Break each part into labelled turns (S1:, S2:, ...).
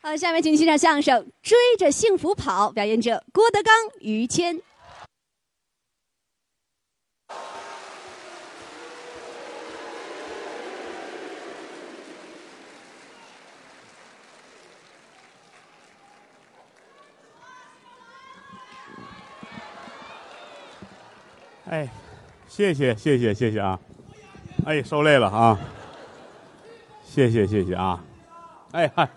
S1: 好，下面请欣赏相声《追着幸福跑》，表演者郭德纲、于谦。
S2: 哎，谢谢谢谢谢谢啊！哎，受累了啊！谢谢谢谢啊！哎嗨，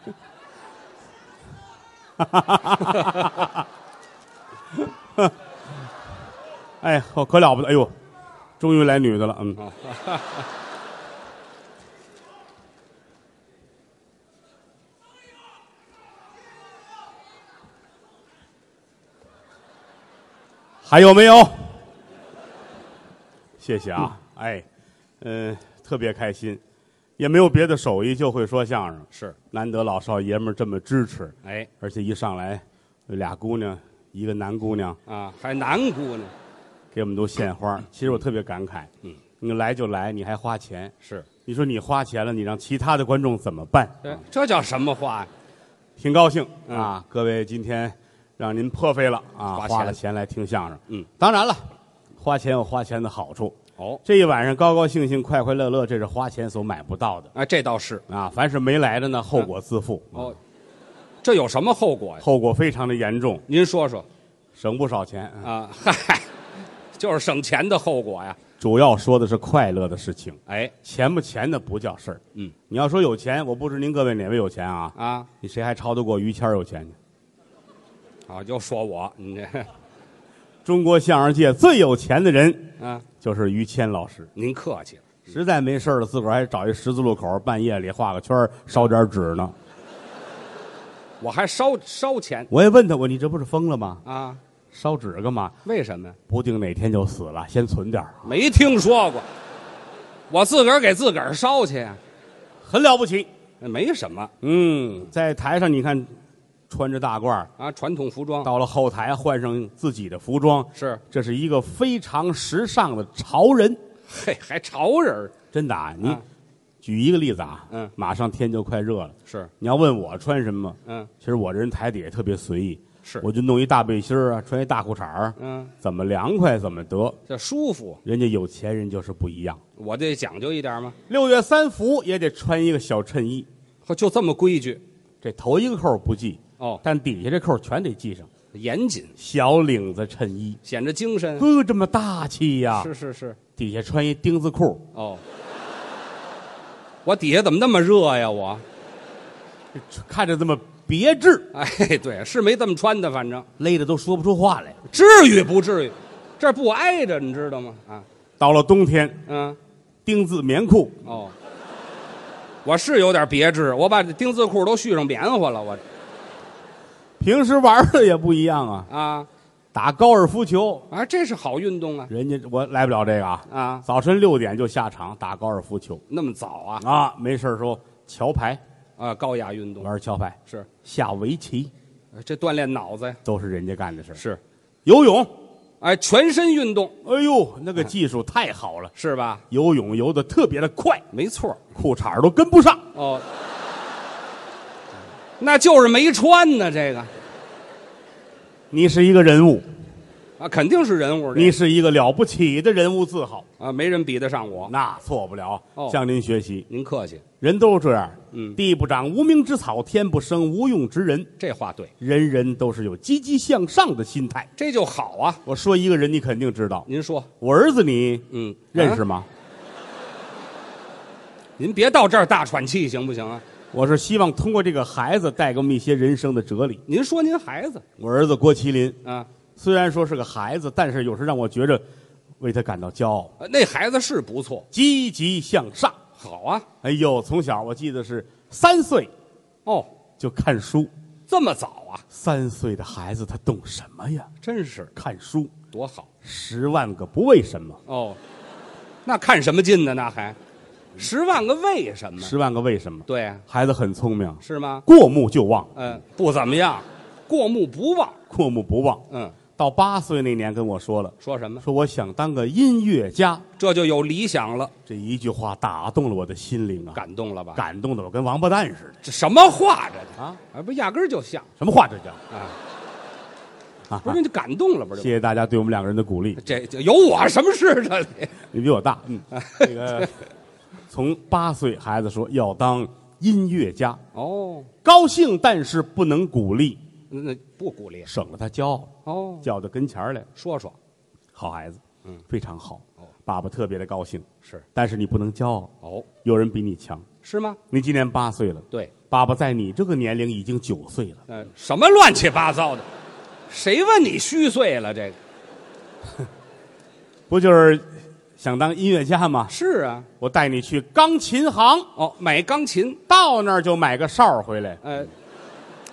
S2: 哎，可可了不得！哎呦，终于来女的了，嗯。还有没有？谢谢啊，哎，嗯、特别开心，也没有别的手艺，就会说相声，
S3: 是，
S2: 难得老少爷们儿这么支持，
S3: 哎
S2: 而且一上来呃俩姑娘，一个男姑娘，
S3: 啊，还南姑呢，
S2: 给我们都献花儿。其实我特别感慨，
S3: 嗯，
S2: 你来就来，你还花钱，
S3: 是，啊
S2: 你说你花钱了，你让其他的观众怎么办？
S3: 这这叫什么话呀？
S2: 挺高兴啊，各位今天让您破费了啊，
S3: 嗯花钱
S2: 花了钱来听相声，
S3: 嗯，
S2: 当然了，花钱有花钱的好处，
S3: 哦，
S2: 这一晚上高高兴兴、快快乐乐，这是花钱所买不到的。
S3: 啊，这倒是，
S2: 啊，凡是没来的呢，后果自负。
S3: 嗯哦，这有什么后果呀？
S2: 后果非常的严重，
S3: 您说说
S2: 省不少钱。啊
S3: 啊， 嗨，就是省钱的后果呀。
S2: 主要说的是快乐的事情，
S3: 哎，
S2: 钱不钱的不叫事儿。
S3: 嗯，
S2: 你要说有钱，我不知您各位哪位有钱啊？
S3: 啊，
S2: 你谁还超得过于谦儿有钱呢？
S3: 啊，就说我，你这，
S2: 中国相声界最有钱的人
S3: 啊，
S2: 就是于谦老师。
S3: 您客气了，
S2: 实在没事儿了，自个儿还找一十字路口，半夜里画个圈儿烧点纸呢。
S3: 我还烧烧钱
S2: 我也问他，我你这不是疯了吗？
S3: 啊？
S2: 烧纸干嘛？
S3: 为什么呀？
S2: 不定哪天就死了，先存点儿
S3: 没听说过，我自个儿给自个儿烧去呀，
S2: 很了不起。
S3: 没什么
S2: 嗯，在台上你看，穿着大褂儿，
S3: 啊，传统服装
S2: 到了后台换上自己的服装，
S3: 是，
S2: 这是一个非常时尚的潮人，
S3: 嘿，还潮人儿
S2: 真的啊！你
S3: 啊
S2: 举一个例子啊，
S3: 嗯
S2: 马上天就快热了，
S3: 是，
S2: 你要问我穿什么，
S3: 嗯，
S2: 其实我这人台底下特别随意，
S3: 是
S2: 我就弄一大背心儿啊，穿一大裤衩儿，
S3: 嗯，
S2: 怎么凉快怎么得，
S3: 这舒服，
S2: 人家有钱人就是不一样。
S3: 我得讲究一点嘛。
S2: 六月三伏也得穿一个小衬衣，
S3: 呵，就这么规矩
S2: 这头一个扣不系，
S3: 哦，
S2: 但底下这扣全得系上，
S3: 严谨，
S2: 小领子衬衣。
S3: 显着精神。
S2: 呵，这么大气呀、
S3: 是是是，
S2: 底下穿一钉子裤，
S3: 哦，我底下怎么那么热呀？我，
S2: 看着这么别致，
S3: 哎，对，是没这么穿的，反正
S2: 勒得都说不出话来。
S3: 至于不至于？这不挨着，你知道吗？啊，
S2: 到了冬天，
S3: 嗯，
S2: 丁字棉裤，
S3: 哦，我是有点别致，我把这丁字裤都续上棉花了，我
S2: 平时玩的也不一样啊。
S3: 啊
S2: 打高尔夫球，
S3: 啊，这是好运动啊
S2: 人家我来不了这个啊。
S3: 啊，
S2: 早晨六点就下场打高尔夫球
S3: 那么早啊
S2: 啊，没事儿时候桥牌
S3: 啊，高雅运动
S2: 玩桥牌，
S3: 是哎
S2: 下围棋
S3: 这锻炼脑子呀，
S2: 都是人家干的事儿。
S3: 是，
S2: 游泳，
S3: 哎，全身运动
S2: 哎呦，那个技术太好了，
S3: 是吧？
S2: 游泳游的特别的快，
S3: 没错儿。
S2: 裤衩儿都跟不上。
S3: 哦，那就是没穿呢，这个
S2: 你是一个人物，
S3: 啊，肯定是人物。这个
S2: 你是一个了不起的人物自豪。
S3: 啊，没人比得上我。
S2: 那错不了
S3: 哦，
S2: 向您学习。
S3: 您客气，
S2: 人都是这样，
S3: 嗯
S2: 地不长无名之草，天不生无用之人，
S3: 这话对，
S2: 人人都是有积极向上的心态。
S3: 这就好啊。
S2: 我说一个人，你肯定知道，
S3: 您说，
S2: 我儿子你
S3: 嗯，
S2: 认识
S3: 啊
S2: 吗？
S3: 您别到这儿大喘气，行不行啊？
S2: 我是希望通过这个孩子带给我们一些人生的哲理。
S3: 您说您孩子
S2: 我儿子郭麒麟
S3: 啊，
S2: 虽然说是个孩子，但是有时让我觉着为他感到骄傲，
S3: 呃那孩子是不错，
S2: 积极向上。
S3: 好啊。
S2: 哎呦，从小我记得是三岁
S3: 哦，
S2: 就看书，
S3: 这么早啊，
S2: 三岁的孩子他懂什么呀？
S3: 真是
S2: 看书。
S3: 多好
S2: 十万个不为什么，
S3: 哦。那看什么劲呢？那还十万个为什么？
S2: 十万个为什么。
S3: 对啊，
S2: 孩子很聪明，
S3: 是吗？呃
S2: 过目就忘，
S3: 嗯、不怎么样，过目不忘。
S2: 过目不忘。
S3: 嗯，
S2: 到八岁那年跟我说了，
S3: 说什么？
S2: 说我想当个音乐家。
S3: 这就有理想了，
S2: 这一句话打动了我的心灵啊，
S3: 感动了吧？
S2: 感动的我跟王八蛋似
S3: 这什么话这
S2: 的啊！
S3: 啊，不压根儿就像
S2: 什么话这叫
S3: 啊，
S2: 啊
S3: 不？是你感动了不
S2: 谢
S3: 是？
S2: 谢大家对我们两个人的鼓励，
S3: 这这有我什么事？这里
S2: 你比我大，嗯，这个从八岁孩子说要当音乐家，
S3: 哦，
S2: 高兴但是不能鼓励，
S3: 那那不鼓励
S2: 省了他骄傲，
S3: 哦，
S2: 叫到跟前儿来，
S3: 说说
S2: 好孩子，
S3: 嗯，
S2: 非常好
S3: 哦，
S2: 爸爸特别的高兴，
S3: 是
S2: 但是你不能骄傲，
S3: 哦，
S2: 有人比你强，
S3: 是吗？
S2: 你今年八岁了，
S3: 对，
S2: 爸爸在你这个年龄已经九岁了，
S3: 呃，什么乱七八糟的？谁问你虚岁了？这个
S2: 不就是想当音乐家吗？
S3: 是啊，
S2: 我带你去钢琴行，
S3: 哦，买钢琴，
S2: 到那儿就买个哨儿回来，
S3: 呃，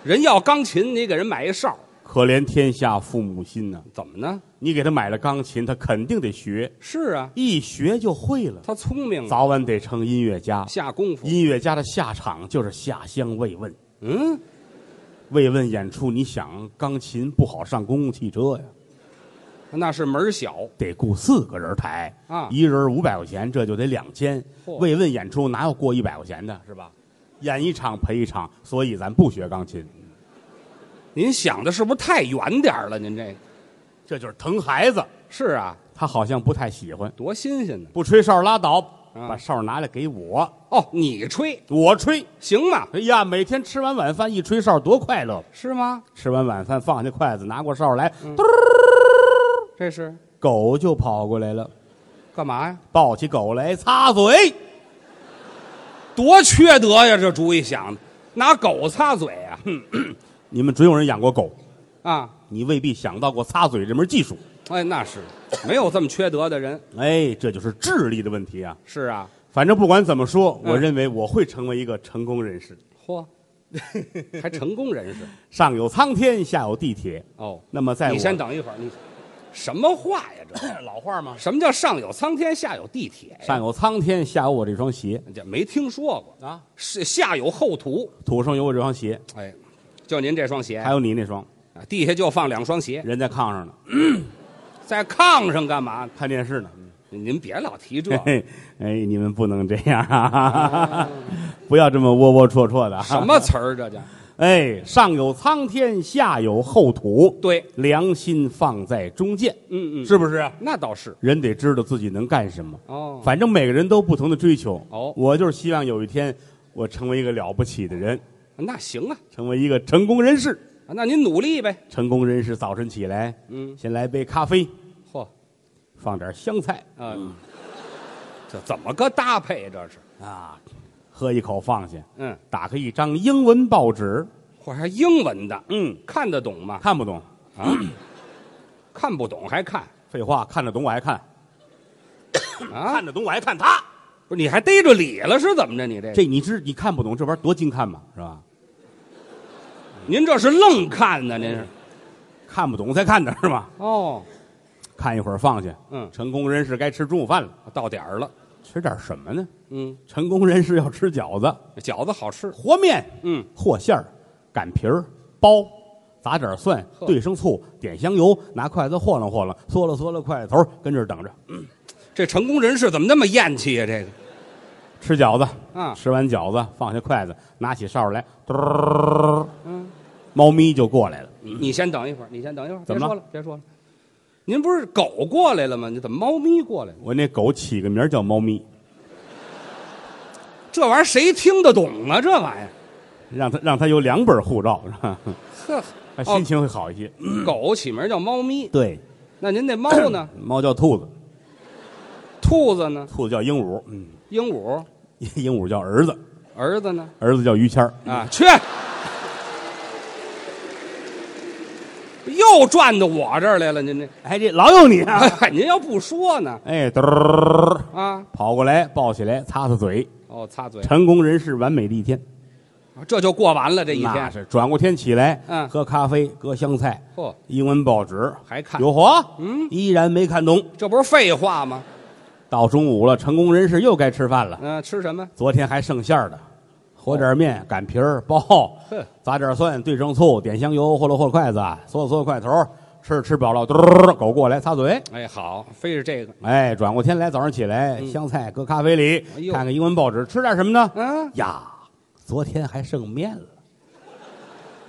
S3: 人要钢琴，你给人买一哨儿，
S2: 可怜天下父母心呐、
S3: 怎么呢？
S2: 你给他买了钢琴，他肯定得学，
S3: 是啊，
S2: 一学就会了，
S3: 他聪明，
S2: 早晚得成音乐家。
S3: 下功夫，
S2: 音乐家的下场就是下乡慰问，
S3: 嗯，
S2: 慰问演出。你想，钢琴不好上公共汽车呀，
S3: 那是门儿小，
S2: 得雇四个人抬
S3: 啊
S2: 一人五百块钱，这就得两千。
S3: 嚯
S2: 慰问演出哪有过一百块钱的？
S3: 是吧？
S2: 演一场赔一场，所以咱不学钢琴，
S3: 您想的是不是太远点儿了？您这个
S2: 这就是疼孩子。
S3: 是啊，
S2: 他好像不太喜欢，
S3: 多新鲜呢！
S2: 不吹哨拉倒，
S3: 啊
S2: 把哨拿来给我，
S3: 哦，你吹
S2: 我吹。
S3: 行吗？
S2: 哎呀，每天吃完晚饭一吹哨多快乐！
S3: 是吗？
S2: 吃完晚饭放下筷子，拿过哨来，
S3: 嗯
S2: 嘟
S3: 这是
S2: 狗就跑过来了，
S3: 干嘛呀？
S2: 抱起狗来擦嘴。
S3: 多缺德呀！这主意想的，拿狗擦嘴啊呀、
S2: 你们准有人养过狗，
S3: 啊！啊，
S2: 你未必想到过擦嘴这门技术。
S3: 哎，那是没有这么缺德的人。
S2: 哎，这就是智力的问题啊！
S3: 是啊，
S2: 反正不管怎么说，
S3: 嗯
S2: 我认为我会成为一个成功人士。
S3: 嚯， 还成功人士
S2: 上有苍天，下有地铁。
S3: 哦。
S2: 那么在我
S3: 你先等一会儿，你什么话呀？ 这
S2: 老话嘛，
S3: 什么叫上有苍天，下有地铁呀？
S2: 上有苍天，下有我这双鞋
S3: 这没听说过，
S2: 啊，
S3: 是下有厚土。
S2: 土上有我这双鞋，
S3: 哎，就您这双鞋
S2: 还，有你那双，
S3: 啊地下就放两双鞋，
S2: 人在炕上呢，
S3: 在炕上干嘛？
S2: 看电 视呢。
S3: 您别老 提这
S2: 嘿嘿，哎，你们不能这样啊！ 不要这么窝窝戳戳的啊。
S3: 嗯什么词儿，这叫
S2: 哎，上有苍天，下有厚土，
S3: 对，
S2: 良心放在中间，
S3: 嗯嗯，
S2: 是不是？
S3: 那倒是
S2: 人得知道自己能干什么。
S3: 哦，
S2: 反正每个人都不同的追求。
S3: 哦
S2: 我就是希望有一天，我成为一个了不起的人，
S3: 那行啊，
S2: 成为一个成功人士。
S3: 那您努力呗。
S2: 成功人士早晨起来，
S3: 嗯，
S2: 先来杯咖啡，
S3: 嚯，
S2: 放点香菜
S3: 啊，这怎么个搭配？这是，
S2: 啊，喝一口放下，
S3: 嗯，
S2: 打开一张英文报纸，
S3: 嚯，还英文的，
S2: 嗯，
S3: 看得懂吗？
S2: 看不懂。
S3: 啊，看不懂还看
S2: 废话，看得懂我还看，
S3: 啊
S2: 看？得懂我还看他。
S3: 不是你还逮着理了是怎么着？你这
S2: 这你知你看不懂这玩意儿多精看嘛，是吧？
S3: 您这是愣看呢？您是
S2: 看不懂才看的是吧？
S3: 哦，
S2: 看一会儿放下。
S3: 嗯，
S2: 成功人士该吃中午饭了，
S3: 到点儿了，
S2: 吃点什么呢？
S3: 嗯，
S2: 成功人士要吃饺子、
S3: 饺子好吃，
S2: 和面、
S3: 嗯，
S2: 和馅儿、擀皮儿、包，撒点蒜，
S3: 呵
S2: 兑上醋，点香油，拿筷子和楞和楞，嗦了嗦了筷子头，跟这儿等着
S3: 这成功人士怎么那么厌气呀、这个
S2: 吃饺子。
S3: 啊
S2: 吃完饺子放下筷子，拿起哨来，嘟儿，猫咪就过来了。
S3: 你先等一会儿，你先等一会儿，
S2: 怎
S3: 别
S2: 么了
S3: 说了，别说了。您不是狗过来了吗？你怎么猫咪过来了？
S2: 我那狗起个名儿叫猫咪，
S3: 这玩意儿谁听得懂啊？这玩意儿，
S2: 让它让它有两本护照，是 吧？
S3: 呵，
S2: 它
S3: 哦
S2: 心情会好一些。
S3: 嗯狗起名叫猫咪，
S2: 对，
S3: 那您那猫 呢？
S2: 猫叫兔子，
S3: 兔子呢？
S2: 兔子叫鹦鹉， 嗯，
S3: 鹦鹉？
S2: 鹦鹉叫儿子，
S3: 儿子呢？
S2: 儿子叫于谦儿。
S3: 啊，去！又转到我这儿来了，您这，
S2: 哎，这老有你啊！
S3: 嗨， 您要不说呢？
S2: 哎，嘚儿
S3: 啊，
S2: 跑过来，抱起来，擦擦嘴，
S3: 哦，擦嘴，
S2: 成功人士完美的一天。
S3: 这就过完了这一
S2: 那
S3: 天。
S2: 是转过天起来，
S3: 嗯
S2: 喝咖啡，割香菜，
S3: 嚯，
S2: 英文报纸
S3: 还看
S2: 有火，
S3: 嗯，
S2: 依然没看懂。
S3: 这不是废话吗？
S2: 到中午了，成功人士又该吃饭了。
S3: 嗯、吃什么？
S2: 昨天还剩馅儿的，和点面，擀皮儿，包，
S3: 哼，
S2: 撒点蒜，兑上醋，点香油，和了和筷子，嗦了嗦筷头，吃吃饱了，嘟儿狗过来擦嘴，
S3: 哎，好，非是这个，
S2: 哎，转过天来早上起来，
S3: 嗯
S2: 香菜搁咖啡里
S3: 哎，呦
S2: 看看英文报纸，吃点什么呢？
S3: 嗯，
S2: 呀，昨天还剩面了。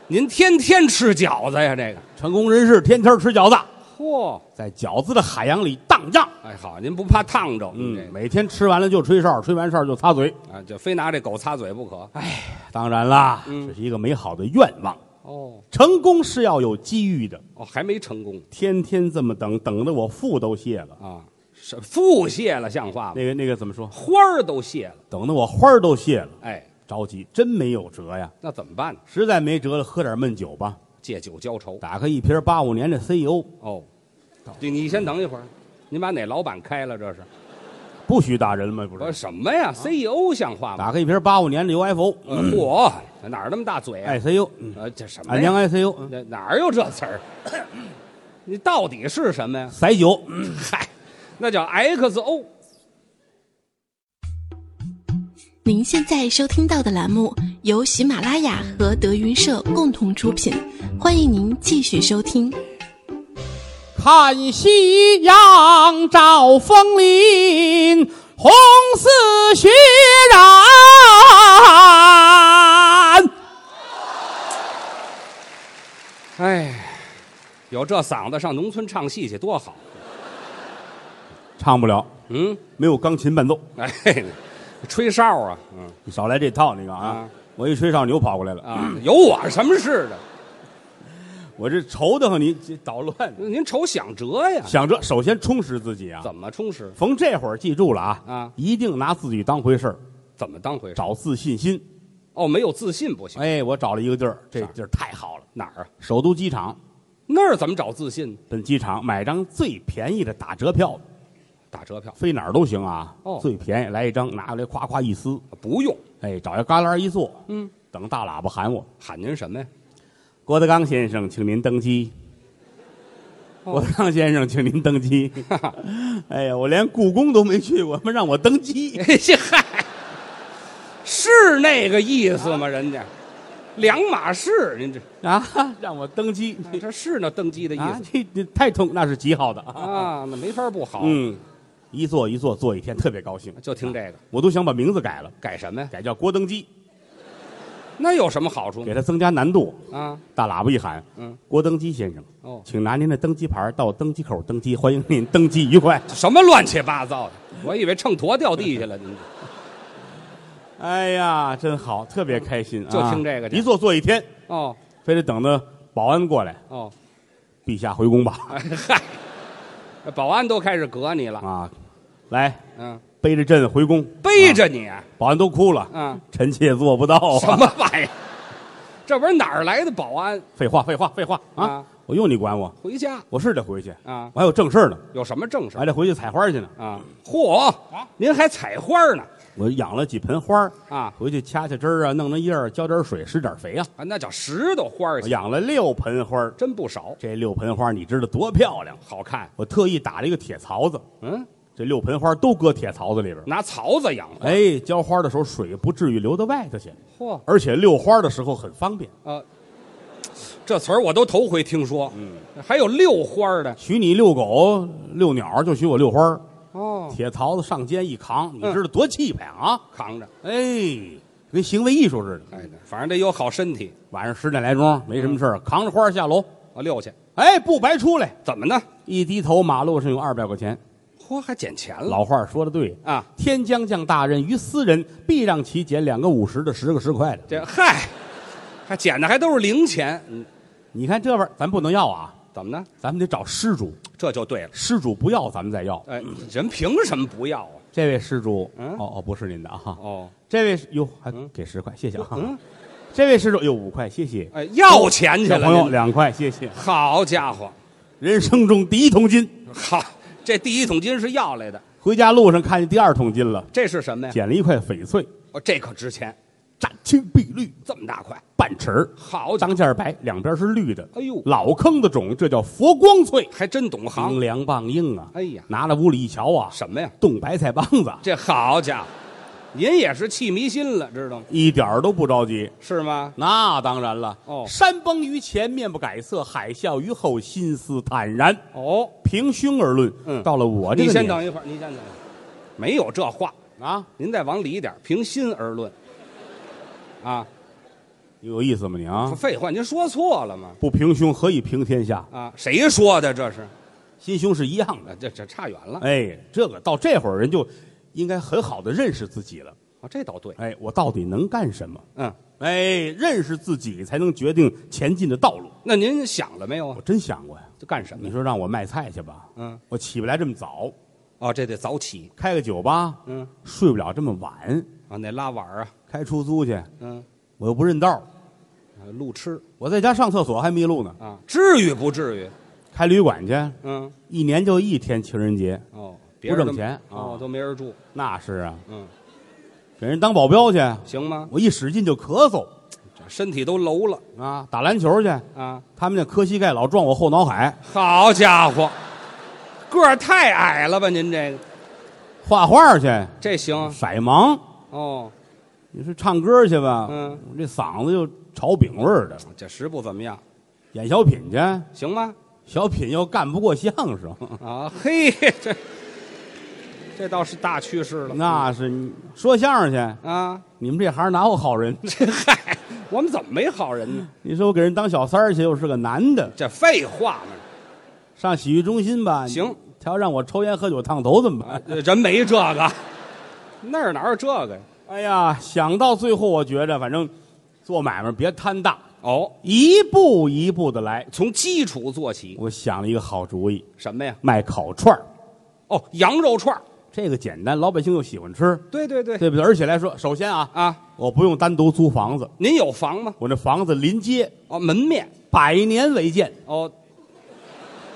S3: 您天天吃饺子呀？这个，
S2: 成功人士天天吃饺子，
S3: 嚯，
S2: 在饺子的海洋里荡漾。
S3: 哎，好，您不怕烫着？您这
S2: 嗯，
S3: 个
S2: 每天吃完了就吹哨，吹完哨就擦嘴。
S3: 啊，就非拿这狗擦嘴不可。
S2: 当然啦，
S3: 嗯
S2: 这是一个美好的愿望。
S3: 哦
S2: 成功是要有机遇的，
S3: 哦，还没成功
S2: 天天这么等，等的我腹都泄了。
S3: 啊，是腹泻了，像话吗？
S2: 那个那个怎么说？
S3: 花儿都谢了，
S2: 等的我花儿都谢了，
S3: 哎，
S2: 着急，真没有辙呀！
S3: 那怎么办呢？
S2: 实在没辙了，喝点闷酒吧，
S3: 借酒浇愁。
S2: 打开一瓶八五年的 E CEO，
S3: 哦，对，你先等一会儿，您把哪老板开了？这是
S2: 不许打人吗？不
S3: 我说
S2: 是，
S3: 什么呀？CEO 像话吗？
S2: 打开一瓶八五年的 UFO，
S3: 呃嚯，哪儿那么大嘴啊？
S2: ，ICU，嗯
S3: 呃，这什么
S2: 俺娘
S3: 呀？
S2: ICU，嗯
S3: 哪哪儿有这词儿？ 你到底是什么呀？
S2: 塞酒，嗯
S3: 嗨，那叫 XO。
S4: 您现在收听到的栏目由喜马拉雅和德云社共同出品，欢迎您继续收听。
S2: 看夕阳照枫林，红似血染。
S3: 哎，有这嗓子上农村唱戏去多好。
S2: 唱不了，
S3: 嗯，
S2: 没有钢琴伴奏，
S3: 哎，吹哨啊，嗯
S2: 你少来这套，那个啊！
S3: 啊
S2: 我一吹哨，你又跑过来了，
S3: 啊，有我什么事啊的？
S2: 我这愁得慌，你这捣乱。
S3: 您瞅想辙呀？
S2: 想着首先充实自己啊，
S3: 嗯怎么充实？
S2: 逢这会儿记住了啊，
S3: 啊
S2: 一定拿自己当回事儿，
S3: 怎么当回事？
S2: 找自信心。
S3: 哦，没有自信不行。
S2: 哎，我找了一个地儿，这
S3: 是
S2: 地儿太好了，
S3: 哪儿啊？
S2: 首都机场，
S3: 那儿怎么找自信？
S2: 奔机场买张最便宜的打折票，
S3: 打折票
S2: 飞哪儿都行啊，
S3: 哦
S2: 最便宜来一张，拿过来夸夸一撕，
S3: 不用
S2: 哎，找一旮旯一坐，
S3: 嗯，
S2: 等大喇叭喊我，
S3: 喊您什么呀？
S2: 郭德纲先生，请您登机。
S3: 哦
S2: 郭德纲先生，请您登 机。哎呀，我连故宫都没去过，他妈让我登机，
S3: 哎这嗨，是那个意思吗？人家两码事，您这
S2: 啊，让我登机，
S3: 这是那登基的意
S2: 啊
S3: 思，
S2: 这这太痛，那是极好的啊。
S3: 啊？那没法不好，
S2: 嗯，一坐一坐坐一天，特别高兴，
S3: 就听这个
S2: 我都想把名字改了，
S3: 改什么呀？
S2: 改叫郭登基，
S3: 那有什么好处
S2: 给他增加难度。
S3: 啊？
S2: 大喇叭一喊，
S3: 嗯，
S2: 郭登基先生，
S3: 哦，
S2: 请拿您的登机牌到登机口登机，欢迎您登机愉快。
S3: 什么乱七八糟的？我以为秤砣掉地下了，您
S2: 哎呀，真好，特别开心啊！
S3: 就听这个去
S2: 一坐坐一天，
S3: 哦
S2: 非得等着保安过来，
S3: 哦，
S2: 陛下回宫吧。
S3: 哎嗨，保安都开始隔你了，
S2: 啊，来
S3: 嗯，
S2: 背着朕回宫，
S3: 背着你，
S2: 保安都哭了。
S3: 嗯，
S2: 臣妾做不到
S3: 什
S2: 啊！
S3: 么玩意儿？这不是哪儿来的保安？
S2: 废话，废话，废话啊
S3: 啊！
S2: 我用你管我？
S3: 回家
S2: 我是得回去，
S3: 啊？
S2: 我还有正事儿呢，
S3: 有什么正事
S2: 我？还得回去采花去呢。
S3: 啊，嚯，您还采花呢
S2: 我养了几盆花儿
S3: 啊？
S2: 回去掐掐枝儿啊，弄弄叶儿，浇点水，施点肥啊。
S3: 啊，那叫石头花儿
S2: 我，养了六盆花儿
S3: 真不少，
S2: 这六盆花儿你知道多漂亮？
S3: 好看。
S2: 我特意打了一个铁槽子，
S3: 嗯，
S2: 这六盆花儿都搁铁槽子里边儿。
S3: 拿槽子养花。
S2: 哎，浇花的时候水不至于流到外头去，
S3: 嚯，
S2: 而且遛花的时候很方便。
S3: 呃，这词儿我都头回听说。嗯，还有遛花儿的
S2: 许你遛狗、遛鸟，就许我遛花。
S3: 哦，
S2: 铁槽子上肩一扛，你
S3: 嗯
S2: 知道多气派啊！
S3: 扛着。嗯
S2: 哎，跟行为艺术似的。
S3: 哎，反正得有好身体。啊
S2: 晚上十点来钟，没什么事儿，扛着花下楼，
S3: 我遛去，
S2: 哎，不白出来。
S3: 怎么呢？
S2: 一低头，马路上有二百块钱。
S3: 嚯，还捡钱了
S2: 老话说的对，
S3: 啊！
S2: 天将降大任于斯人，必让其减两个五十的，十个十块的。
S3: 这嗨，还捡的还都是零钱。嗯，
S2: 你看这玩意儿，咱不能要啊，
S3: 怎么呢？
S2: 咱们得找施主，
S3: 这就对了。
S2: 施主不要，咱们再要。
S3: 哎，人凭什么不要啊？
S2: 这位施主，
S3: 嗯
S2: 哦哦，不是您的啊，
S3: 哦，
S2: 这位是哟，还
S3: 嗯
S2: 给十块，谢谢啊。
S3: 嗯，
S2: 这位施主，哟，五块，谢谢。
S3: 哎，要钱去
S2: 小
S3: 了。
S2: 朋友，
S3: 您，
S2: 两块，谢谢。
S3: 好家伙！
S2: 人生中第一桶金，
S3: 好，这第一桶金是要来的，
S2: 回家路上看见第二桶金了，
S3: 这是什么呀？
S2: 捡了一块翡翠，
S3: 哦，这可值钱，
S2: 湛青碧绿，
S3: 这么大块，
S2: 半尺儿，
S3: 好家伙，
S2: 当间儿白，两边是绿的。
S3: 哎呦
S2: 老坑的种，这叫佛光翠，
S3: 还真懂行
S2: 冰。凉棒硬啊！
S3: 哎呀
S2: 拿到屋里一瞧啊，
S3: 什么呀？
S2: 冻白菜帮子，
S3: 这好家伙，您也是气迷心了，知道吗？
S2: 一点儿都不着急。
S3: 是吗？
S2: 那当然了，
S3: 哦
S2: 山崩于前面不改色，海啸于后心思坦然。
S3: 哦，
S2: 平胸而论，
S3: 嗯
S2: 到了我这
S3: 你
S2: 个
S3: 先
S2: 年
S3: 等一会儿，你先等一会儿，没有这话，
S2: 啊，
S3: 您再往里一点，平心而论。啊，
S2: 有意思吗你啊？
S3: 废话，您说错了吗？
S2: 不平胸何以平天下？
S3: 啊，谁说的这是？
S2: 心胸是一样的。
S3: 啊这这差远了。
S2: 哎，这个到这会儿人就应该很好的认识自己了。
S3: 啊，这倒对。
S2: 哎，我到底能干什么？
S3: 嗯，
S2: 哎，认识自己才能决定前进的道路。
S3: 那您想了没有啊
S2: 我？真想过呀，
S3: 这干什么
S2: 你
S3: 呀？
S2: 说让我卖菜去吧，
S3: 嗯，
S2: 我起不来这么早，
S3: 哦，这得早起。
S2: 开个酒吧，
S3: 嗯，
S2: 睡不了这么晚，
S3: 啊，那拉碗啊，
S2: 开出租去，
S3: 嗯，
S2: 我又不认道，
S3: 啊路痴
S2: 我在家上厕所还迷路呢。
S3: 啊，至于不至于？
S2: 开旅馆去，
S3: 嗯，
S2: 一年就一天情人节，
S3: 哦，别人
S2: 不挣
S3: 都
S2: 钱啊
S3: 哦，都没人住，
S2: 那是啊，
S3: 嗯，
S2: 给人当保镖去，
S3: 行吗？
S2: 我一使劲就咳嗽
S3: 这身体都楼了
S2: 啊。打篮球去，
S3: 啊！
S2: 他们那磕膝盖老撞我后脑海。
S3: 好家伙，个儿太矮了吧？您这个
S2: 画画去，
S3: 这行
S2: 色盲。
S3: 哦，
S2: 你说唱歌去吧，
S3: 嗯，
S2: 这嗓子就炒饼味儿的。
S3: 这食不怎么样，
S2: 演小品去，
S3: 行吗？
S2: 小品又干不过相声，
S3: 啊，嘿，这这倒是大趋势了。
S2: 那是你说相声去。
S3: 啊，
S2: 你们这行哪有好人？
S3: 这嗨，我们怎么没好人呢？
S2: 你说我给人当小三儿去，又是个男的，
S3: 这废话嘛。
S2: 上洗浴中心吧？
S3: 行，
S2: 他要让我抽烟喝酒烫头怎么
S3: 啊
S2: 办？，
S3: 人没这个，那儿哪有这个呀？
S2: 哎呀，想到最后，我觉着反正做买卖别贪大，
S3: 哦，
S2: 一步一步的来。
S3: 从基础做起，
S2: 我想了一个好主意，
S3: 什么呀？
S2: 卖烤串儿，
S3: 哦，羊肉串儿
S2: 这个简单，老百姓又喜欢吃，
S3: 对对对，
S2: 对不对？而且来说，首先啊，
S3: 啊，
S2: 我不用单独租房子，
S3: 您有房吗？
S2: 我那房子临街，
S3: 哦，门面
S2: 百年违建。
S3: 哦，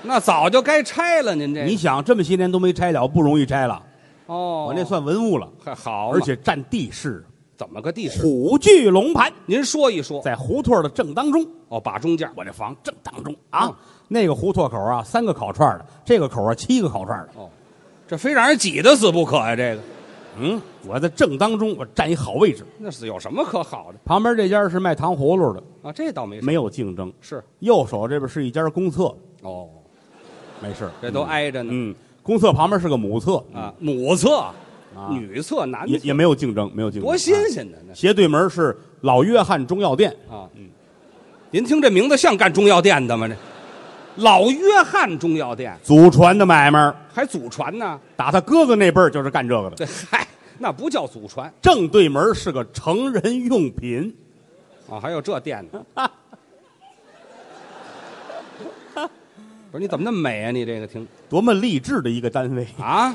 S3: 那早就该拆了。您这个
S2: 你想这么些年都没拆了，不容易拆了，
S3: 哦，
S2: 我那算文物了，
S3: 还好嘛，
S2: 而且占地势。
S3: 怎么个地势？
S2: 虎踞龙盘，
S3: 您说一说。
S2: 在胡同的正当中，
S3: 哦，把中间
S2: 我这房正当中啊，
S3: 嗯
S2: 那个胡同口啊，三个烤串儿的，这个口啊，七个烤串儿的。
S3: 哦，这非让人挤得死不可呀、这个
S2: 嗯，我在正当中，我占一好位置。
S3: 那是有什么可好的
S2: 旁边这家是卖糖葫芦的，
S3: 啊？这倒没什么
S2: 没有竞争。
S3: 是
S2: 右手这边是一家公厕，
S3: 哦，
S2: 没事儿，
S3: 这都挨着呢、
S2: 嗯。嗯，公厕旁边是个母厕，
S3: 啊，母侧、
S2: 啊
S3: 女侧、男
S2: 也
S3: 侧，
S2: 也没有竞争，没有竞争。
S3: 多新
S2: 啊
S3: 鲜呢！那是
S2: 斜对门是老约翰中药店，
S3: 啊，嗯，您听这名字像干中药店的吗？这老约翰中药店
S2: 祖传的买卖儿，
S3: 还祖传呢？
S2: 打他哥哥那辈儿就是干这个的。
S3: 这嗨，那不叫祖传
S2: 正对门是个成人用品，
S3: 啊，还有这店呢。 不是你怎么那么美啊？你这个听
S2: 多么励志的一个单位！
S3: 啊，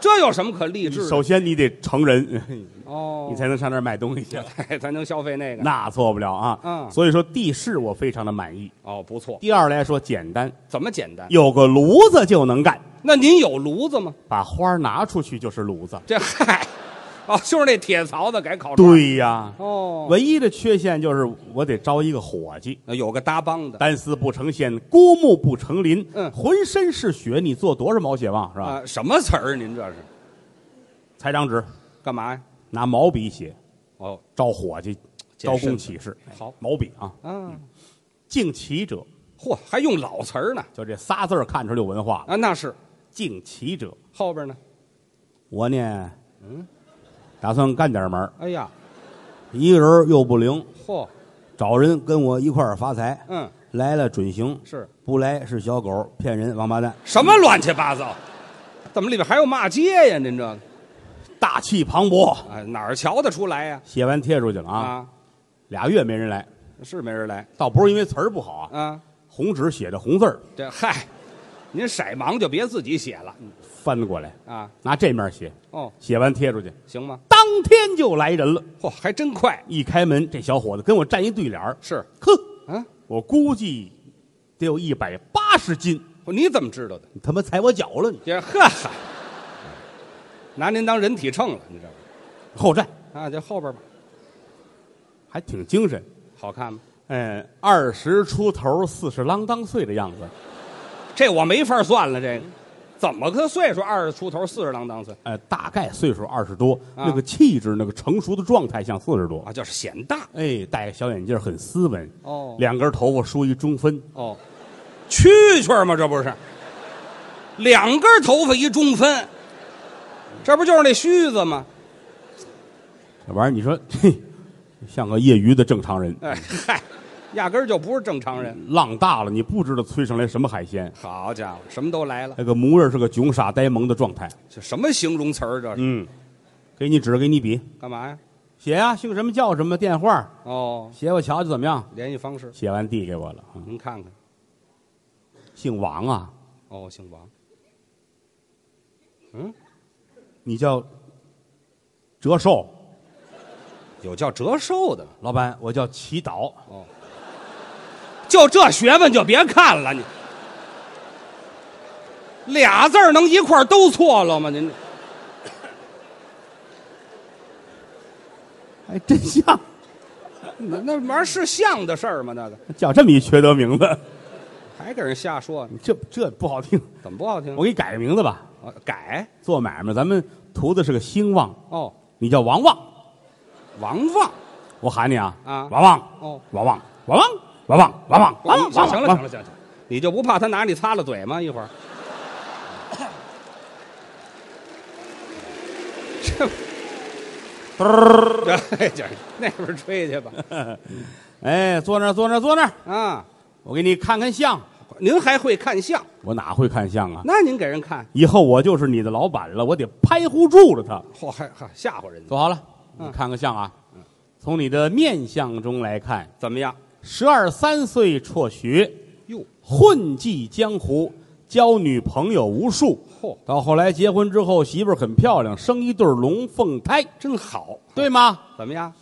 S3: 这有什么可励志的？
S2: 首先你得成人，
S3: 哦，
S2: 你才能上那儿卖东西去，
S3: 才才能消费那个。
S2: 那错不了啊。
S3: 哦嗯
S2: 所以说地势我非常的满意。
S3: 哦，不错，
S2: 第二来说简单，
S3: 怎么简单？
S2: 有个炉子就能干，
S3: 那您有炉子吗？
S2: 把花儿拿出去就是炉子。
S3: 这嗨，哦，就是那铁槽子改烤串。
S2: 对呀，
S3: 哦，
S2: 唯一的缺陷就是我得招一个伙计。
S3: 那有个搭帮的
S2: 单丝不成线，孤木不成林。
S3: 嗯
S2: 浑身是血，你做多少毛血旺是吧？
S3: 啊？什么词儿？您这是
S2: 裁张纸，
S3: 干嘛呀？
S2: 拿毛笔写，
S3: 哦，
S2: 招伙计，
S3: 健
S2: 招
S3: 身
S2: 工启事。
S3: 好
S2: 毛笔啊，
S3: 啊，
S2: 敬其者，
S3: 嚯，还用老词儿呢
S2: 就这仨字儿看出来有文化了。
S3: 啊？那是
S2: 敬其者，
S3: 后边呢？
S2: 我呢，嗯，打算干点门儿
S3: 哎呀，
S2: 一个人又不灵，
S3: 嚯，
S2: 找人跟我一块儿发财。
S3: 嗯，
S2: 来了准行，
S3: 是
S2: 不来是小狗，骗人王八蛋。
S3: 什么乱七八糟？怎么里边还有骂街呀？您这个
S2: 大气磅礴，
S3: 啊，哪儿瞧得出来呀？
S2: 写完贴出去了啊，
S3: 啊，
S2: 俩月没人来，
S3: 是没人来
S2: 倒不是因为词儿不好啊，
S3: 啊？
S2: 红纸写着红字儿
S3: 这嗨，您色盲就别自己写了嗯
S2: 翻过来，
S3: 啊。
S2: 拿这面写，
S3: 哦，
S2: 写完贴出去，
S3: 行吗？
S2: 当天就来人了。
S3: 嚯，还真快。
S2: 一开门，这小伙子跟我站一对脸儿，
S3: 是
S2: 哼，
S3: 啊，
S2: 我估计得有一百八十斤，
S3: 你怎么知道的？
S2: 你他妈踩我脚了你！
S3: 这呵哈，拿您当人体秤了，你知道吗？
S2: 后站
S3: 啊，这后边吧，
S2: 还挺精神，
S3: 好看吗？
S2: 嗯，二十出头，四十啷当岁的样子，
S3: 这我没法算了，这个怎么个岁数？二十出头，四十郎当岁
S2: 哎，大概岁数二十多，
S3: 啊
S2: 那个气质、那个成熟的状态像四十多。
S3: 啊，就是显大
S2: 哎，戴个小眼镜很斯文，
S3: 哦
S2: 两根头发梳一中分，
S3: 哦，蛐蛐吗？这不是，两根头发一中分，这不就是那须子吗？
S2: 这玩意儿你说，嘿，像个业余的正常人。
S3: 哎嗨，压根儿就不是正常人。
S2: 浪大了，你不知道催上来什么海鲜。
S3: 好家伙，什么都来了，
S2: 那个模样是个囧傻呆萌的状态。
S3: 这什么形容词儿这是？
S2: 嗯，给你纸，给你笔，
S3: 干嘛呀？
S2: 写啊，姓什么叫什么，电话
S3: 哦，
S2: 写我瞧瞧怎么样？
S3: 联系方式
S2: 写完递给我了。嗯
S3: 您看看。
S2: 姓王啊，
S3: 哦，姓王，
S2: 你叫折寿。
S3: 有叫折寿的吗，
S2: 老板，我叫祈祷。
S3: 就这学问就别看了你。俩字儿能一块儿都错了吗？您
S2: 哎，真像，
S3: 那那玩意儿是像的事儿吗？那个
S2: 叫这么一缺德名 字，
S3: 还给人瞎说呢，
S2: 你这这不好听。
S3: 怎么不好听
S2: 我？给你改个名字吧。
S3: 啊改
S2: 做买卖，咱们图的是个兴旺，
S3: 哦，
S2: 你叫王旺。
S3: 王旺
S2: 我喊你啊，
S3: 啊
S2: 王旺，
S3: 哦，
S2: 王旺，王旺，王旺，王旺，王旺，
S3: 行了行了
S2: 王
S3: 行
S2: 旺
S3: 了行了，你就不怕他拿你擦了嘴吗？一会儿， 这 哎这那边吹去吧
S2: 哎，坐那儿，坐那儿，坐那儿，
S3: 啊！
S2: 我给你看看相。
S3: 您还会看相，
S2: 我哪会看相啊？
S3: 那您给人看，
S2: 以后我就是你的老板了，我得拍糊住了他。
S3: 嚯，还还吓唬人家，
S2: 坐好了，
S3: 嗯
S2: 你看个相啊。从你的面相中来看，
S3: 怎么样？
S2: 十二三岁辍学，
S3: 哟，
S2: 混迹江湖，交女朋友无数。
S3: 嚯，
S2: 到后来结婚之后，媳妇儿很漂亮，生一对儿龙凤胎，
S3: 真好，
S2: 对吗？
S3: 怎么样？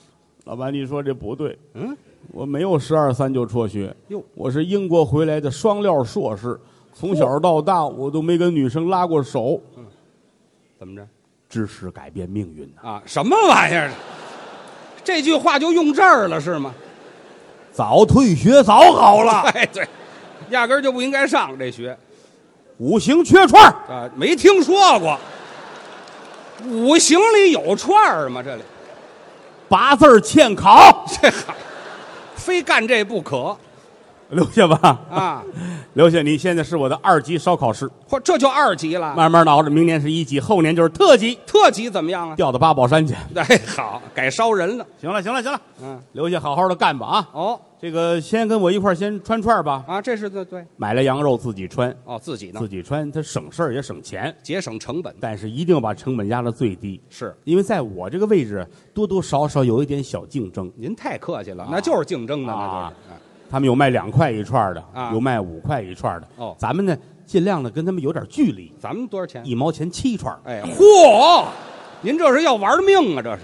S2: 老板，你说这不对。
S3: 嗯，
S2: 我没有十二三就辍学，
S3: 哟
S2: 我是英国回来的双料硕士，从小到大我都没跟女生拉过手。
S3: 怎么着
S2: 知识改变命运呢、
S3: 啊？什么玩意儿？这句话就用这儿了是吗？
S2: 早退学早好了，
S3: 哎，对，压根儿就不应该上这学
S2: 五行缺串儿
S3: 啊，没听说过。五行里有串儿吗？这里
S2: 八字儿欠考，
S3: 这好，非干这不可
S2: 留下吧，
S3: 啊！
S2: 留下。你现在是我的二级烧烤师，
S3: 嚯，这就二级了，
S2: 慢慢熬着，明年是一级，后年就是特级，
S3: 特级怎么样啊？
S2: 调到八宝山去。
S3: 哎，好，改烧人了。
S2: 行了，行了，行了，
S3: 嗯，
S2: 留下好好的干吧啊！
S3: 哦
S2: 这个先跟我一块儿先穿串儿吧，
S3: 啊，这是对对
S2: 买了羊肉自己穿，
S3: 哦，自己呢
S2: 自己穿它省事儿也省钱，
S3: 节省成本
S2: 但是一定要把成本压到最低，
S3: 是。
S2: 因为在我这个位置多多少少有一点小竞争。
S3: 您太客气了，那就是竞争的，
S2: 啊
S3: 那就是。
S2: 他们有卖两块一串儿的，
S3: 啊
S2: 有卖五块一串儿的。
S3: 哦
S2: 咱们呢尽量的跟他们有点距离，
S3: 咱们多少钱？
S2: 一毛钱七串儿。
S3: 哎，嚯！您这是要玩命啊，这是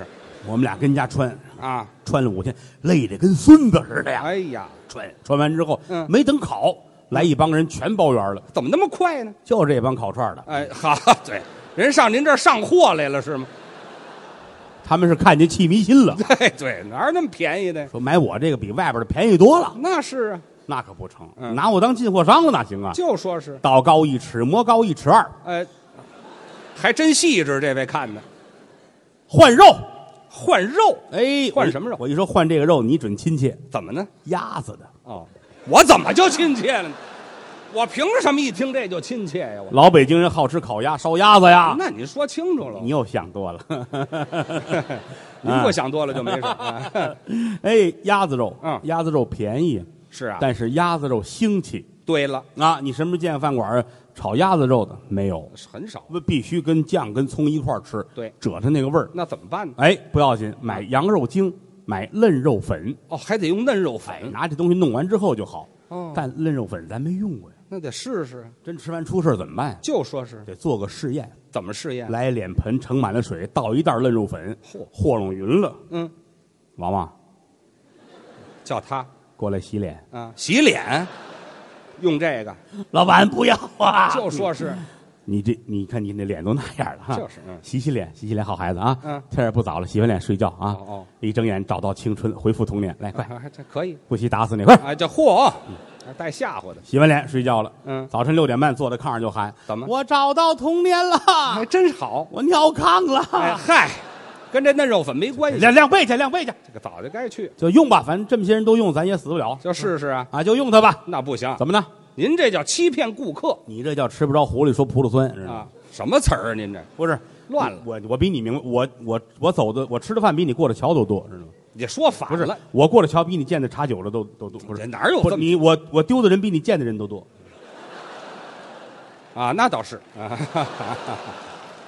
S2: 我们俩跟家穿，
S3: 啊！
S2: 穿了五天，累得跟孙子似的呀。
S3: 哎呀，
S2: 穿穿完之后，
S3: 嗯
S2: 没等烤，来一帮人全包圆了，
S3: 怎么那么快呢？
S2: 就这帮烤串儿的。
S3: 哎，好，对，人上您这儿上货来了是吗？
S2: 他们是看见气迷心了，
S3: 哎，对，哪有那么便宜的？
S2: 说买我这个比外边的便宜多了，
S3: 那是啊，
S2: 那可不成，
S3: 嗯
S2: 拿我当进货商了哪行啊？
S3: 就说是，
S2: 道高一尺，魔高一尺二，
S3: 哎，还真细致，这位看的
S2: 换肉。
S3: 换肉
S2: 哎，我
S3: 换
S2: 一
S3: 什么肉
S2: 我一说换这个肉，你准亲切，
S3: 怎么呢？
S2: 鸭子的。
S3: 哦，我怎么就亲切了呢？我凭什么一听这就亲切呀？我
S2: 老北京人好吃烤鸭、烧鸭子呀。
S3: 那你说清楚了，
S2: 啊你又想多了，
S3: 您不想多了就没事。啊
S2: 哎，鸭子肉，
S3: 嗯
S2: 鸭子肉便宜，
S3: 是啊，
S2: 但是鸭子肉腥气
S3: 对了，
S2: 啊！你什么时候见饭馆儿炒鸭子肉的没有？
S3: 很少。
S2: 不必须跟酱跟葱一块儿吃，
S3: 对
S2: 褶着那个味儿。
S3: 那怎么办呢？
S2: 哎，不要紧，买羊肉精，买嫩肉粉，
S3: 哦，还得用嫩肉
S2: 哎，
S3: 粉，
S2: 拿这东西弄完之后就好。
S3: 哦
S2: 但嫩肉粉咱没用过呀，
S3: 那得试试。
S2: 真吃完出事儿怎么办呀？
S3: 就说是
S2: 得做个试验，
S3: 怎么试验？
S2: 来脸盆盛满了水，倒一袋嫩肉粉，
S3: 嗯嚯
S2: 和拢匀了。
S3: 嗯，
S2: 王王，
S3: 叫他
S2: 过来洗脸。
S3: 啊，洗脸，用这个，
S2: 老板不要啊
S3: 就说是
S2: 你这，你看你那脸都那样了哈。
S3: 就是嗯
S2: 洗洗脸，洗洗脸，好孩子啊。
S3: 嗯
S2: 天儿也不早了，洗完脸睡觉啊。
S3: 哦哦，
S2: 嗯一睁眼找到青春，恢复童年。来，快，
S3: 啊还这可以
S2: 不洗打死你！快，
S3: 啊，这嚯，带吓唬的，
S2: 洗完脸睡觉了，
S3: 嗯
S2: 早晨六点半坐在炕上就喊：“
S3: 怎么
S2: 我找到童年了，
S3: 还真好。
S2: 我尿炕了。
S3: 哎嗨，跟这嫩肉粉没关系，
S2: 晾晾被去，晾被去，
S3: 这个早就该去，
S2: 就用吧，反正这么些人都用，咱也死不了
S3: 就试试啊。
S2: 啊，就用它吧。
S3: 那不行，
S2: 怎么呢？
S3: 您这叫欺骗顾客
S2: 你这叫吃不着狐狸说葡萄酸，知道吗？
S3: 啊！什么词儿啊？您这
S2: 不是
S3: 乱了
S2: 我我比你明白，我我我走的我吃的饭比你过的桥都多，知道吗？
S3: 你说反
S2: 不是
S3: 了，，
S2: 我过的桥比你见的茶酒的都都多，不
S3: 这
S2: 是
S3: 哪有
S2: 不
S3: 这
S2: 是
S3: 么
S2: 你我我丢的人比你见的人都多。
S3: 啊？那倒是啊，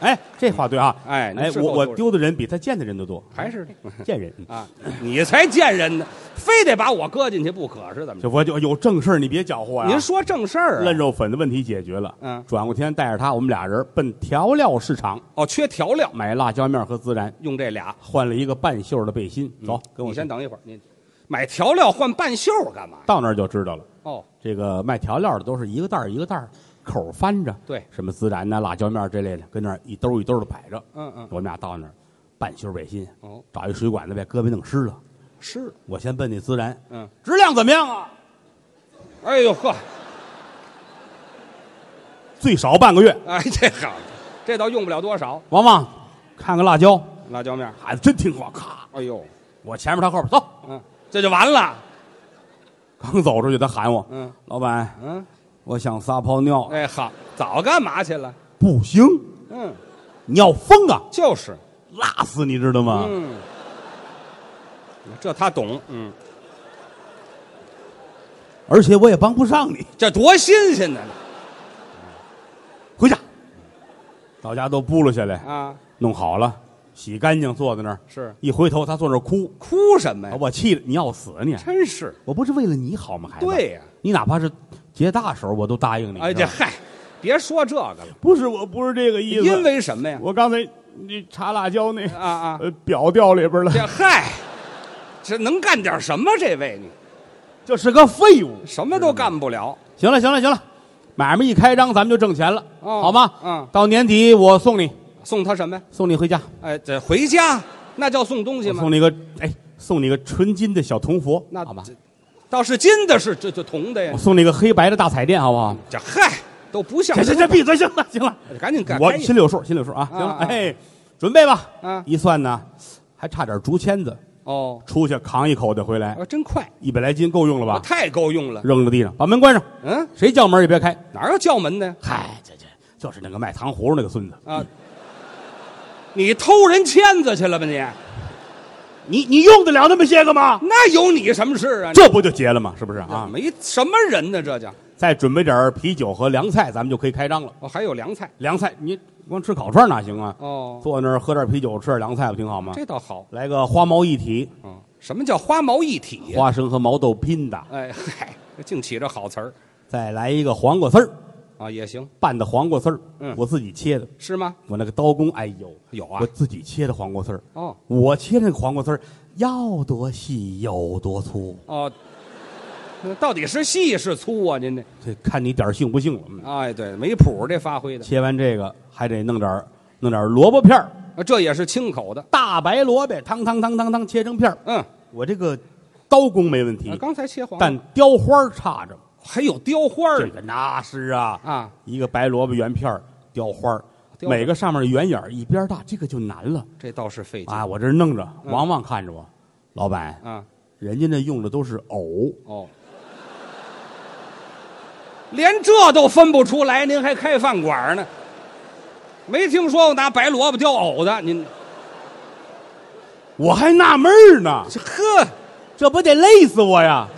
S2: 哎，这话对啊，
S3: 哎您
S2: 哎，
S3: 是
S2: 我
S3: 够
S2: 我
S3: 多人
S2: 丢的人比他见的人都多，
S3: 还是
S2: 见人。
S3: 啊，你才见人呢，非得把我搁进去不可，是怎么着？
S2: 这我就有正事儿，你别搅和呀。
S3: 您说正事儿
S2: 嫩
S3: 啊？
S2: 肉粉的问题解决了，
S3: 嗯
S2: 转过天带着他，我们俩人奔调料市场
S3: 哦，缺调料，
S2: 买辣椒面和孜然，
S3: 用这俩。
S2: 换了一个半袖的背心。走，跟我
S3: 嗯你
S2: 去
S3: 先等一会儿，你买调料换半袖儿干嘛？
S2: 到那儿就知道了。
S3: 哦，
S2: 这个卖调料的都是一个袋儿一个袋儿口儿翻着，
S3: 对
S2: 什么孜然呐、辣椒面这类的，跟那儿一兜一兜的摆着。
S3: 嗯嗯，
S2: 我们俩到那儿，半袖背心，
S3: 哦，
S2: 找一水管子把胳膊弄湿了。
S3: 是，
S2: 我先奔那孜然，
S3: 嗯，
S2: 质量怎么样啊？
S3: 哎呦呵，
S2: 最少半个月。
S3: 哎，这好，这倒用不了多少
S2: 王旺，看看辣椒，
S3: 辣椒面儿。
S2: 孩子真听话。咔，
S3: 哎呦，
S2: 我前面他后边，走。
S3: 嗯，这就完了。
S2: 刚走出去，他喊我，
S3: 嗯
S2: 老板，
S3: 嗯，
S2: 我想撒泡尿。
S3: 哎，好，早干嘛去了？
S2: 不行，
S3: 嗯，
S2: 你要疯啊，
S3: 就是，
S2: 辣死你知道吗？
S3: 嗯，这他懂，嗯，
S2: 而且我也帮不上你，
S3: 这多新鲜呢
S2: 回家。到家都拨了下来，
S3: 啊！
S2: 弄好了，洗干净，坐在那儿。
S3: 是
S2: 一回头，他坐那儿哭，
S3: 哭什么
S2: 把
S3: 呀？
S2: 我气的，你要死啊你！
S3: 真是，
S2: 我不是为了你好吗，孩子？
S3: 哎对呀
S2: 你哪怕是结大手，我都答应你。
S3: 哎，
S2: 是吧
S3: 这嗨，别说这个了，
S2: 不是，我不是这个意思。
S3: 因为什么呀？
S2: 我刚才那查辣椒那
S3: 啊啊，
S2: 呃表掉里边了，
S3: 这嗨，这能干点什么？这位你
S2: 就是个废物。
S3: 什么都干不了。
S2: 行了，行了，行了，买卖一开张，咱们就挣钱了，
S3: 哦
S2: 好吗？
S3: 嗯
S2: 到年底我送你，
S3: 送他什么呀？
S2: 送你回家，
S3: 哎，这回家那叫送东西
S2: 我
S3: 吗？
S2: 送你个哎，送你个纯金的小铜佛，
S3: 那
S2: 好吧？
S3: 这倒是金的是，这这铜的呀
S2: 我。送你个黑白的大彩电，好不好？
S3: 这嗨，都不像
S2: 行行行，闭嘴，行了，行了。
S3: 赶紧干！
S2: 我
S3: 赶紧
S2: 心里有数，心里有数啊。行了，
S3: 啊
S2: 哎，准备吧。
S3: 啊
S2: 一算呢，还差点竹签子，
S3: 哦，
S2: 出去扛一口袋回来
S3: 啊，，真快，
S2: 一百来斤够用了
S3: 我
S2: 吧？
S3: 太够用了。
S2: 扔到地上，把门关上，
S3: 嗯，
S2: 谁叫门也别开。
S3: 哪有叫门的呀？
S2: 嗨，这这就是那个卖糖葫芦那个孙子，
S3: 啊，你偷人签子去了吧你？
S2: 你你用得了那么些个吗？
S3: 那有你什么事啊？
S2: 这不就结了吗？是不是
S3: 啊，
S2: 啊？
S3: 没什么人呢，这叫
S2: 再准备点儿啤酒和凉菜，咱们就可以开张了。
S3: 哦，还有凉菜
S2: 凉菜，你光吃烤串哪行啊？
S3: 哦，
S2: 坐那儿喝点啤酒，吃点凉菜不挺好吗？
S3: 这倒好。
S2: 来个花毛一体，
S3: 嗯，什么叫花毛一体？
S2: 花生和毛豆拼的，
S3: 哎嗨，净起这好词儿
S2: 再来一个黄瓜丝儿，
S3: 啊，也行
S2: 拌的黄瓜丝儿，
S3: 嗯
S2: 我自己切的，
S3: 是吗？
S2: 我那个刀工，哎呦，
S3: 有啊
S2: 我自己切的黄瓜丝儿，
S3: 哦
S2: 我切那个黄瓜丝儿要多细有多粗，
S3: 哦，那到底是细是粗啊？您这
S2: 这看你点儿性不性了。嗯
S3: 哎对，没谱儿这发挥的，
S2: 切完这个还得弄点儿弄点儿萝卜片儿，
S3: 啊这也是清口的。
S2: 大白萝卜，汤汤汤汤汤切成片儿。
S3: 嗯，
S2: 我这个刀工没问题
S3: 啊，刚才切黄瓜，
S2: 但雕花儿差着。
S3: 还有雕花儿
S2: 这
S3: 呢
S2: 个那是啊
S3: 啊，
S2: 一个白萝卜圆片儿雕花儿，
S3: 雕花儿
S2: 每个上面圆眼儿一边大，这个就难了
S3: 这倒是费劲
S2: 啊！我这弄着，
S3: 嗯
S2: 王旺看着我，老板，
S3: 啊。
S2: 人家那用的都是藕，
S3: 哦，连这都分不出来，您还开饭馆呢？没听说过拿白萝卜雕藕的，您
S2: 我还纳闷儿呢，
S3: 这呵，
S2: 这不得累死我呀！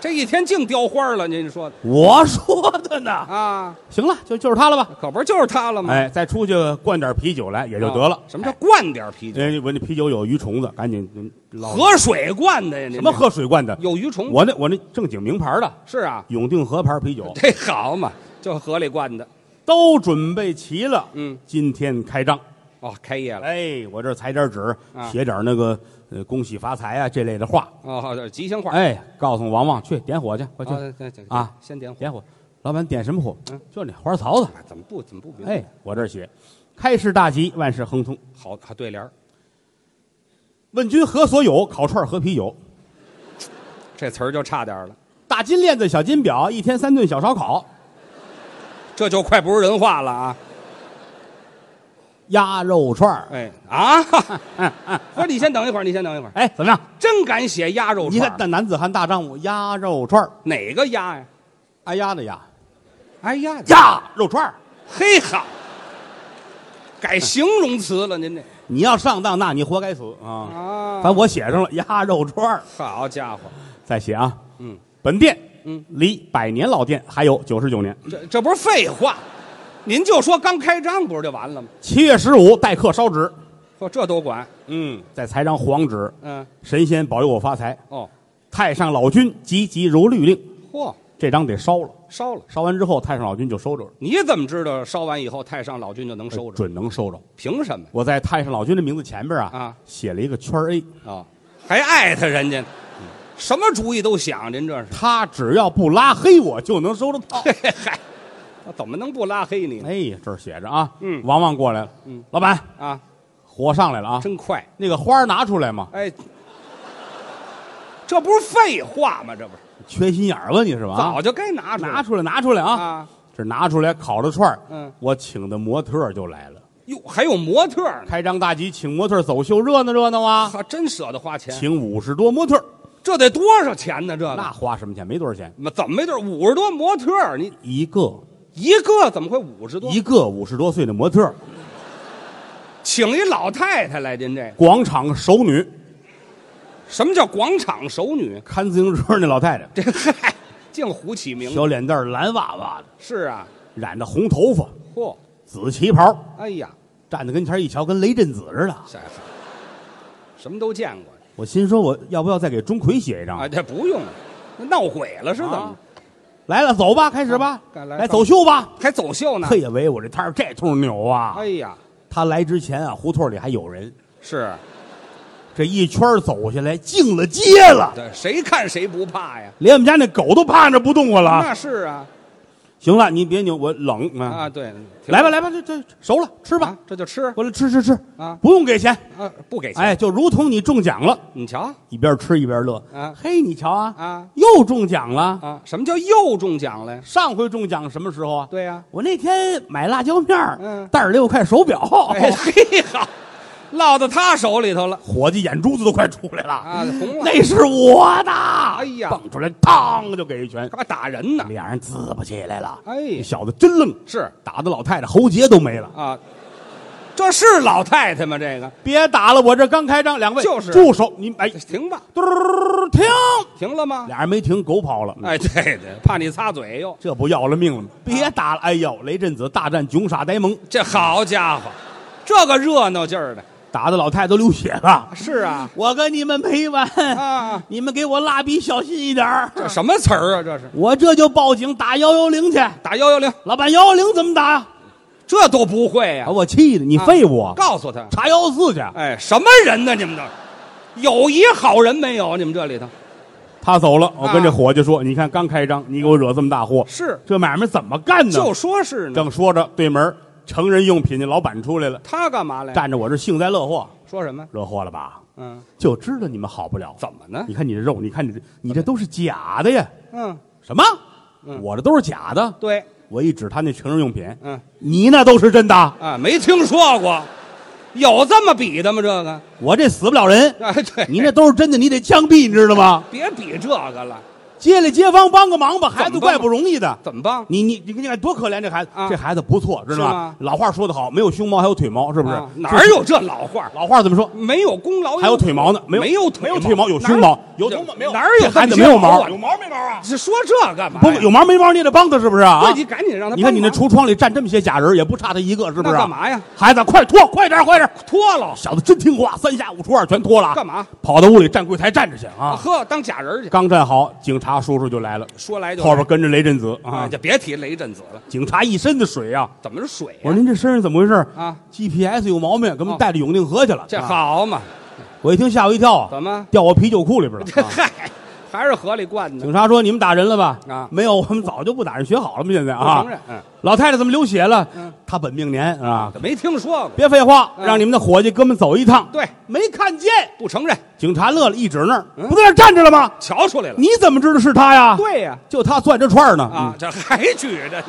S3: 这一天净雕花了，您说
S2: 我说的呢，
S3: 啊？嗯
S2: 行了，就就是它了吧。
S3: 可不是就是它了吗？
S2: 哎，再出去灌点啤酒来也就得了
S3: 哦。什么叫灌点啤酒？
S2: 哎？人我那啤酒有鱼虫子，赶紧嗯捞。
S3: 河水灌的呀？您
S2: 什么喝水灌的？
S3: 有鱼虫？
S2: 我那我那正经名牌的
S3: 是啊，
S2: 永定河牌啤酒
S3: 这好嘛，就河里灌的。
S2: 都准备齐了。
S3: 嗯，
S2: 今天开张。
S3: 哦，开业了。
S2: 哎，我这儿裁点纸，
S3: 啊
S2: 写点那个呃恭喜发财啊这类的话。
S3: 哦，吉祥话。
S2: 哎，告诉王旺去点火去，快去
S3: 哦，对对对
S2: 啊
S3: 先点火。
S2: 点火。老板点什么火
S3: 嗯？
S2: 就那花槽子。
S3: 啊怎么不怎么不明白？
S2: 哎，我这儿写，开市大吉，万事亨通。
S3: 好，好对联儿
S2: 问君何所有？烤串儿和啤酒。
S3: 这词儿就差点儿了。
S2: 大大金链子、小金表，一天三顿小烧烤，
S3: 这就快不是人话了啊！
S2: 鸭肉串儿。
S3: 哎 啊，不是你先等一会儿，你先等一会儿，
S2: 哎，怎么样？
S3: 真敢写鸭肉
S2: 你
S3: 串
S2: 看
S3: 儿，
S2: 那男子汉大丈夫，鸭肉串儿，
S3: 哪个鸭呀？
S2: 哎呀的呀，
S3: 哎呀，
S2: 鸭肉串儿。
S3: 嘿好，改形容词了，您这
S2: 你要上当，那你活该死啊！
S3: 啊
S2: 反正我写上了鸭肉串儿，
S3: 好家伙，
S2: 再写啊。
S3: 嗯，
S2: 本店
S3: 嗯
S2: 离百年老店还有九十九年。
S3: 这这不是废话？您就说刚开张不是就完了吗？
S2: 七月十五待客烧纸，
S3: 说这都管？
S2: 嗯，再裁张黄纸，
S3: 嗯，
S2: 神仙保佑我发财。
S3: 哦，
S2: 太上老君急急如律令，
S3: 嚯，
S2: 这张得烧了。
S3: 烧了！
S2: 烧完之后，太上老君就收着了，
S3: 你怎么知道烧完以后太上老君就能收着？
S2: 准能收着。
S3: 凭什么
S2: 我在太上老君的名字前边啊
S3: 啊
S2: 写了一个圈儿 A，
S3: 啊？还艾特人家呢，什么主意都想，您这是？
S2: 他只要不拉黑我就能收着 到。
S3: 嘿嘿嗨，我啊怎么能不拉黑你呢？
S2: 哎，这儿写着啊，
S3: 嗯
S2: 王旺过来了，
S3: 嗯，
S2: 老板，
S3: 啊，
S2: 火上来了啊，
S3: 真快！
S2: 那个花儿拿出来嘛，
S3: 哎，这不是废话吗？这不是
S2: 缺心眼儿吧你是吧？
S3: 早就该拿出来
S2: 啊拿出来，拿出来啊！
S3: 啊！
S2: 这拿出来烤的串儿，
S3: 嗯，
S2: 我请的模特儿就来了，
S3: 哟，还有模特儿呢，
S2: 开张大吉，请模特儿走秀，热闹热闹 啊！
S3: 还真舍得花钱，
S2: 请五十多模特儿，
S3: 这得多少钱呢？这个
S2: 那花什么钱？没多少钱，
S3: 那怎么没地儿？五十多模特儿，你
S2: 一个
S3: 一个怎么会五十多？
S2: 一个五十多岁的模特儿，
S3: 请一老太太来，您这
S2: 广场熟女，
S3: 什么叫广场熟女？
S2: 看自行车那老太太，
S3: 这嗨，净胡起名字
S2: 小脸蛋儿蓝哇哇的，
S3: 是啊，
S2: 染着红头发，
S3: 嚯，
S2: 紫旗袍，
S3: 哎呀，
S2: 站在跟前儿一瞧，跟雷震子似的。
S3: 这什么都见过
S2: 我心说，我要不要再给钟馗写一张？
S3: 啊，这不用，那闹鬼了是怎么
S2: 啊？来了，走吧，开始吧，
S3: 啊来
S2: 走秀吧。
S3: 还走秀呢？
S2: 嘿呀喂，我这摊儿这通牛啊！
S3: 哎呀，
S2: 他来之前啊，胡同里还有人，
S3: 是，啊
S2: 这一圈儿走下来，进了街了，
S3: 对，谁看谁不怕呀？
S2: 连我们家那狗都趴着不动我了啊。
S3: 那是啊，
S2: 行了，你别扭，我冷
S3: 啊，。对，挺
S2: 来吧，来吧，这这熟了，吃吧
S3: 啊，，这就吃
S2: 过来吃吃吃
S3: 啊
S2: 不用给钱。
S3: 啊，不给钱。
S2: 哎，就如同你中奖了，
S3: 你瞧
S2: 一边吃一边乐
S3: 啊
S2: 嘿，你瞧啊，
S3: 啊
S2: 又中奖了。
S3: 啊，什么叫又中奖了呀？
S2: 上回中奖什么时候啊？
S3: 对呀、
S2: 我那天买辣椒面儿
S3: 嗯
S2: 袋儿里有块手表，
S3: 哎嘿好，落到他手里头了
S2: 伙计眼珠子都快出来了，
S3: 啊，红了，
S2: 那是我的！哎
S3: 呀
S2: 蹦出来，当就给一拳，
S3: 干嘛打人呢？
S2: 俩人呲吧起来了。
S3: 哎
S2: 这，小子真愣，
S3: 是
S2: 打的老太太喉结都没了。
S3: 啊，这是老太太吗？这个
S2: 别打了，我这刚开张，两位
S3: 就是
S2: 住手！你哎，
S3: 停吧，
S2: 嘟儿停！
S3: 停了吗？
S2: 俩人没停，狗跑了。
S3: 哎，啊对对，怕你擦嘴又。
S2: 这不要了命了吗？别打了！哎呦，雷震子大战囧傻呆萌，
S3: 这好家伙，这个热闹劲儿的。
S2: 打的老太太都流血了。
S3: 是啊，
S2: 我跟你们没完，
S3: 啊，
S2: 你们给我蜡笔小新一点儿
S3: 这什么词儿啊？这是
S2: 我这就报警打幺幺零去。
S3: 打幺幺零，
S2: 老板，幺幺零怎么打呀？
S3: 这都不会呀、
S2: 把我气的，你废啊我！
S3: 啊告诉他，
S2: 查幺幺四去。
S3: 哎，什么人呢？你们这有一好人没有？你们这里头
S2: 他走了，我
S3: 啊
S2: 跟这伙计说：“你看，刚开张，你给我惹这么大祸，
S3: 是
S2: 这买卖怎么干呢？”
S3: 就说是呢，
S2: 正说着，对门儿成人用品那老板出来了，
S3: 他干嘛来？
S2: 站着我这幸灾乐祸，
S3: 说什么？
S2: 惹祸了吧？
S3: 嗯，
S2: 就知道你们好不了。
S3: 怎么呢？
S2: 你看你这肉，你看你这，你这都是假的呀！
S3: 嗯，
S2: 什么？
S3: 嗯
S2: 我这都是假的。
S3: 对，
S2: 我一指他那成人用品，
S3: 嗯
S2: 你那都是真的。
S3: 啊，没听说过，有这么比的吗？这个
S2: 我这死不了人，
S3: 啊，对，
S2: 你那都是真的，你得枪毙，你知道吗？
S3: 别比这个了，
S2: 街里街坊帮个忙吧，孩
S3: 怎
S2: 子
S3: 么帮
S2: 怪不容易的。
S3: 怎么帮？
S2: 你你你看多可怜这孩子，
S3: 啊
S2: 这孩子不错，知道
S3: 是
S2: 吗
S3: 吗？
S2: 老话说得好，没有胸毛还有腿毛，是不是
S3: 啊？哪儿有这老话儿？
S2: 老话怎么说？
S3: 没有功劳，
S2: 还有腿毛呢？没有
S3: 没有
S2: 没
S3: 腿
S2: 有腿毛，有
S3: 哪儿
S2: 胸毛，有胸毛没有？
S3: 哪儿有
S2: 这孩子
S3: 这
S2: 没
S3: 么些
S2: 有
S3: 毛
S2: 毛
S3: 啊？
S2: 毛没毛啊？
S3: 是说这干嘛
S2: 不
S3: 呀？
S2: 有毛没毛你也得帮他，是不是啊
S3: 对，？你赶紧让他
S2: 你看你那
S3: 帮忙
S2: 橱窗里站这么些假人，也不差他一个，是不是
S3: 那
S2: 啊？
S3: 干嘛呀？
S2: 孩子，快脱，快点，快点！
S3: 脱了
S2: 小子真听话，三下五除二全脱了啊。
S3: 干嘛？
S2: 跑到屋里站柜台站着去啊！
S3: 呵，当假人儿去。
S2: 刚站好，警察叔叔就来了，
S3: 说哎来就来
S2: 后边跟着雷震子
S3: 啊，
S2: 啊！
S3: 就别提雷震子了，
S2: 警察一身的水啊！
S3: 怎么是水呀
S2: 我说您这身上怎么回事
S3: 啊
S2: ？GPS 有毛病，给我们带到永定河去了。
S3: 哦这
S2: 啊
S3: 好嘛？
S2: 我一听吓我一跳啊！
S3: 怎么
S2: 掉我啤酒裤里边了？
S3: 嗨，还是河里灌的。
S2: 警察说：“你们打人了吧？”
S3: 啊
S2: 没有，我们早就不打人，学好了吗？现在
S3: 我
S2: 啊
S3: 承，认，嗯，
S2: 老太太怎么流血了？
S3: 嗯
S2: 她本命年啊，
S3: 没听说过。
S2: 别废话，
S3: 嗯
S2: 让你们的伙计跟我们走一趟。
S3: 对，
S2: 没看见。
S3: 不承认，
S2: 警察乐了，一指那儿，
S3: 嗯
S2: 不在那儿站着了吗？
S3: 瞧出来了。
S2: 你怎么知道是他呀？
S3: 对呀，啊
S2: 就他攥着串儿呢。
S3: 啊，这还举着呢，